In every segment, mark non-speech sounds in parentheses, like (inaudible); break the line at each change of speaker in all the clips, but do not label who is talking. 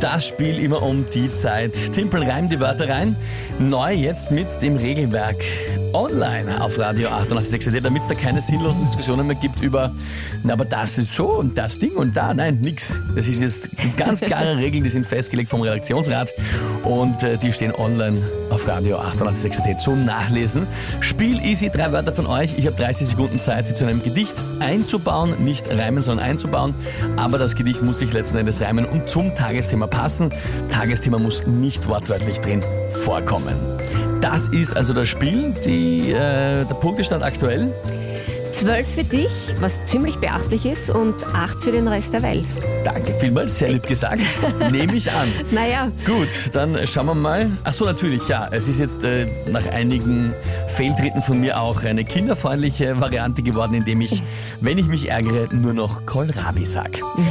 Das Spiel immer um die Zeit. Timpel reimt die Wörter rein. Neu jetzt mit dem Regelwerk online auf Radio 886, damit es da keine sinnlosen Diskussionen mehr gibt über, na, aber das ist so und das Ding und da. Nein, nix. Das ist jetzt ganz klare Regeln, die sind festgelegt vom Redaktionsrat und äh, die stehen online auf Radio 886 zum Nachlesen. Spiel easy, drei Wörter von euch. Ich habe 30 Sekunden Zeit, sie zu einem Gedicht einzubauen. Nicht reimen, sondern einzubauen. Aber das Gedicht muss sich letzten Endes reimen und zum Tagesthema passen. Tagesthema muss nicht wortwörtlich drin vorkommen. Das ist also das Spiel. Die, äh, der Punktestand aktuell.
Zwölf für dich, was ziemlich beachtlich ist, und acht für den Rest der Welt.
Danke vielmals, sehr lieb gesagt. Nehme ich an.
Naja,
Gut, dann schauen wir mal. Ach so, natürlich, ja. Es ist jetzt äh, nach einigen Fehltritten von mir auch eine kinderfreundliche Variante geworden, indem ich, wenn ich mich ärgere, nur noch Kohlrabi sag.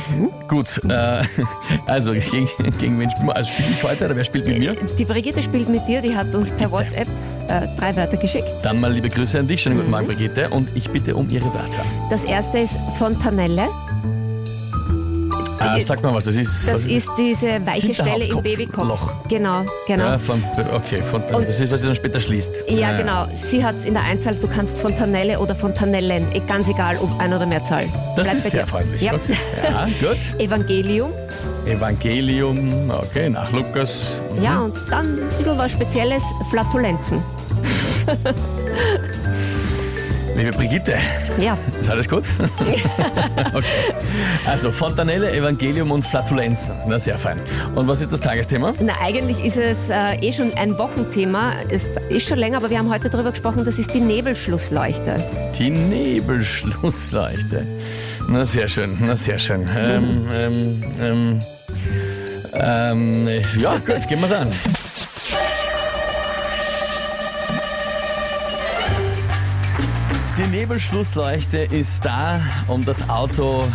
Mhm.
Gut, äh, (laughs) also gegen, gegen wen spielen wir? Also spiele ich heute oder wer spielt mit mir?
die Brigitte spielt mit dir, die hat uns per WhatsApp äh, drei Wörter geschickt.
Dann mal liebe Grüße an dich, schönen guten
Mhm.
Morgen, Brigitte. Und ich bitte um Ihre Wörter.
Das erste ist Fontanelle.
Äh, sag mal was, das ist...
Das
was
ist diese weiche Stelle im
Hinterhauptkopf-
Babykopf.
Loch.
Genau, genau.
Ja,
Ja.
von, okay, von,
Und-
das ist, was sie dann später schließt.
genau. Sie hat es in der Einzahl, du kannst Fontanelle oder Fontanellen, eh, ganz egal, ob ein oder mehr Zahl.
Das
Bleibt
ist
bei
sehr
dir.
freundlich.
Ja.
Okay. Ja, gut.
Evangelium,
Evangelium, okay, nach Lukas. Mhm.
ja, und dann ein bisschen was Spezielles, Flatulenzen.
Liebe Brigitte,
Ja,
ist alles
(laughs)
gut? (laughs) okay. Also Fontanelle, Evangelium und Flatulenzen. Na, sehr fein. Und was ist das Tagesthema?
na eigentlich ist es äh, eh schon ein Wochenthema, ist, ist schon länger, aber wir haben heute darüber gesprochen, das ist die Nebelschlussleuchte.
Die Nebelschlussleuchte. Na, sehr schön, na, sehr schön. Ähm, ähm, ähm, ähm, ja, gut, gehen wir's an. Die Nebelschlussleuchte ist da, um das Auto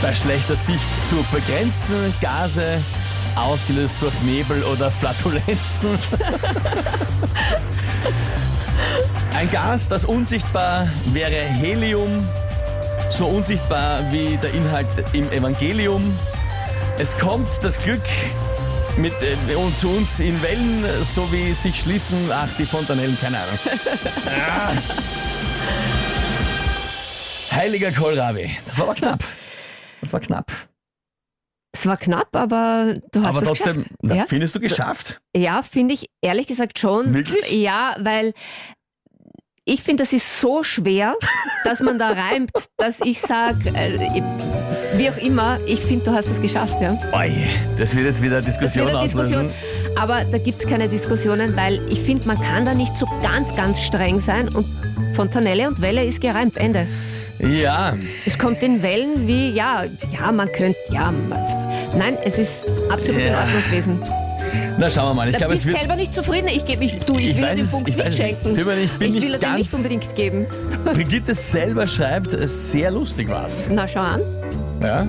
bei schlechter Sicht zu begrenzen. Gase ausgelöst durch Nebel oder Flatulenzen. Ein Gas, das unsichtbar wäre Helium, so unsichtbar wie der Inhalt im Evangelium. Es kommt das Glück mit, äh, und zu uns in Wellen, so wie sich schließen, ach die Fontanellen, keine (laughs) Ahnung. ah. Heiliger Kohlrabi, das war aber knapp. Das war knapp.
Es war knapp, aber du hast
aber
es
trotzdem,
geschafft.
na,
ja,
findest du geschafft?
ja finde ich ehrlich gesagt schon.
Wirklich?
Ja, weil ich finde, das ist so schwer, dass man da
(laughs)
reimt, dass ich sage, äh, wie auch immer, ich finde, du hast es geschafft. Ja.
Oje, das wird jetzt wieder
Das wird
Diskussion
eine Diskussion,
auslösen.
aber da gibt es keine Diskussionen, weil ich finde, man kann da nicht so ganz, ganz streng sein und Fontanelle und Welle ist gereimt, Ende.
Ja,
Es kommt in Wellen wie, ja, ja, man könnte, ja, man, nein, es ist absolut in
Ja.
Ordnung gewesen.
na schauen wir mal. Ich
Ich
glaube, es
bist
wird
selber nicht zufrieden. Ich gebe mich, du, ich,
Ich
will
weiß
dir den
es-
Punkt
ich
nicht
weiß es nicht.
schenken.
Bin mir nicht- bin
ich
nicht
will dir den
ganz-
nicht unbedingt geben.
Brigitte selber schreibt, es sehr lustig war's.
Na, schau an.
Ja?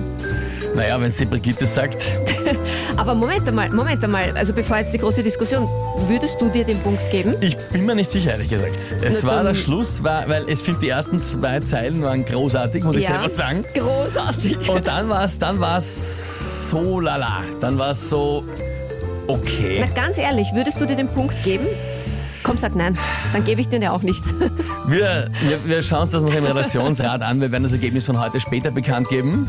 Naja, wenn es die Brigitte sagt.
Aber Moment einmal, Moment einmal. Also bevor jetzt die große Diskussion, würdest du dir den Punkt geben?
Ich bin mir nicht sicher, ehrlich gesagt. Es
Na,
war
dann-
der Schluss, war, weil ich finde, die ersten zwei Zeilen waren großartig, muss ich selber sagen.
Großartig.
Und dann war es dann war's so lala. Dann war es so
Na,
okay.
ganz ehrlich, würdest du dir den Punkt geben? Komm, sag nein. Dann gebe ich den ja auch nicht. (laughs)
Wir, wir, wir schauen uns das noch im Redaktionsrat an. Wir werden das Ergebnis von heute später bekannt geben.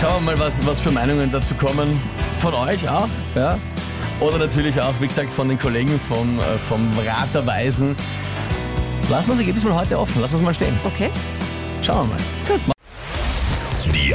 Schauen wir mal, was, was für Meinungen dazu kommen. Von euch auch, ja. Oder natürlich auch, wie gesagt, von den Kollegen vom, äh, vom Rat der Weisen. Lassen wir das Ergebnis mal heute offen, lassen wir es mal stehen.
Okay?
Schauen wir mal.
Die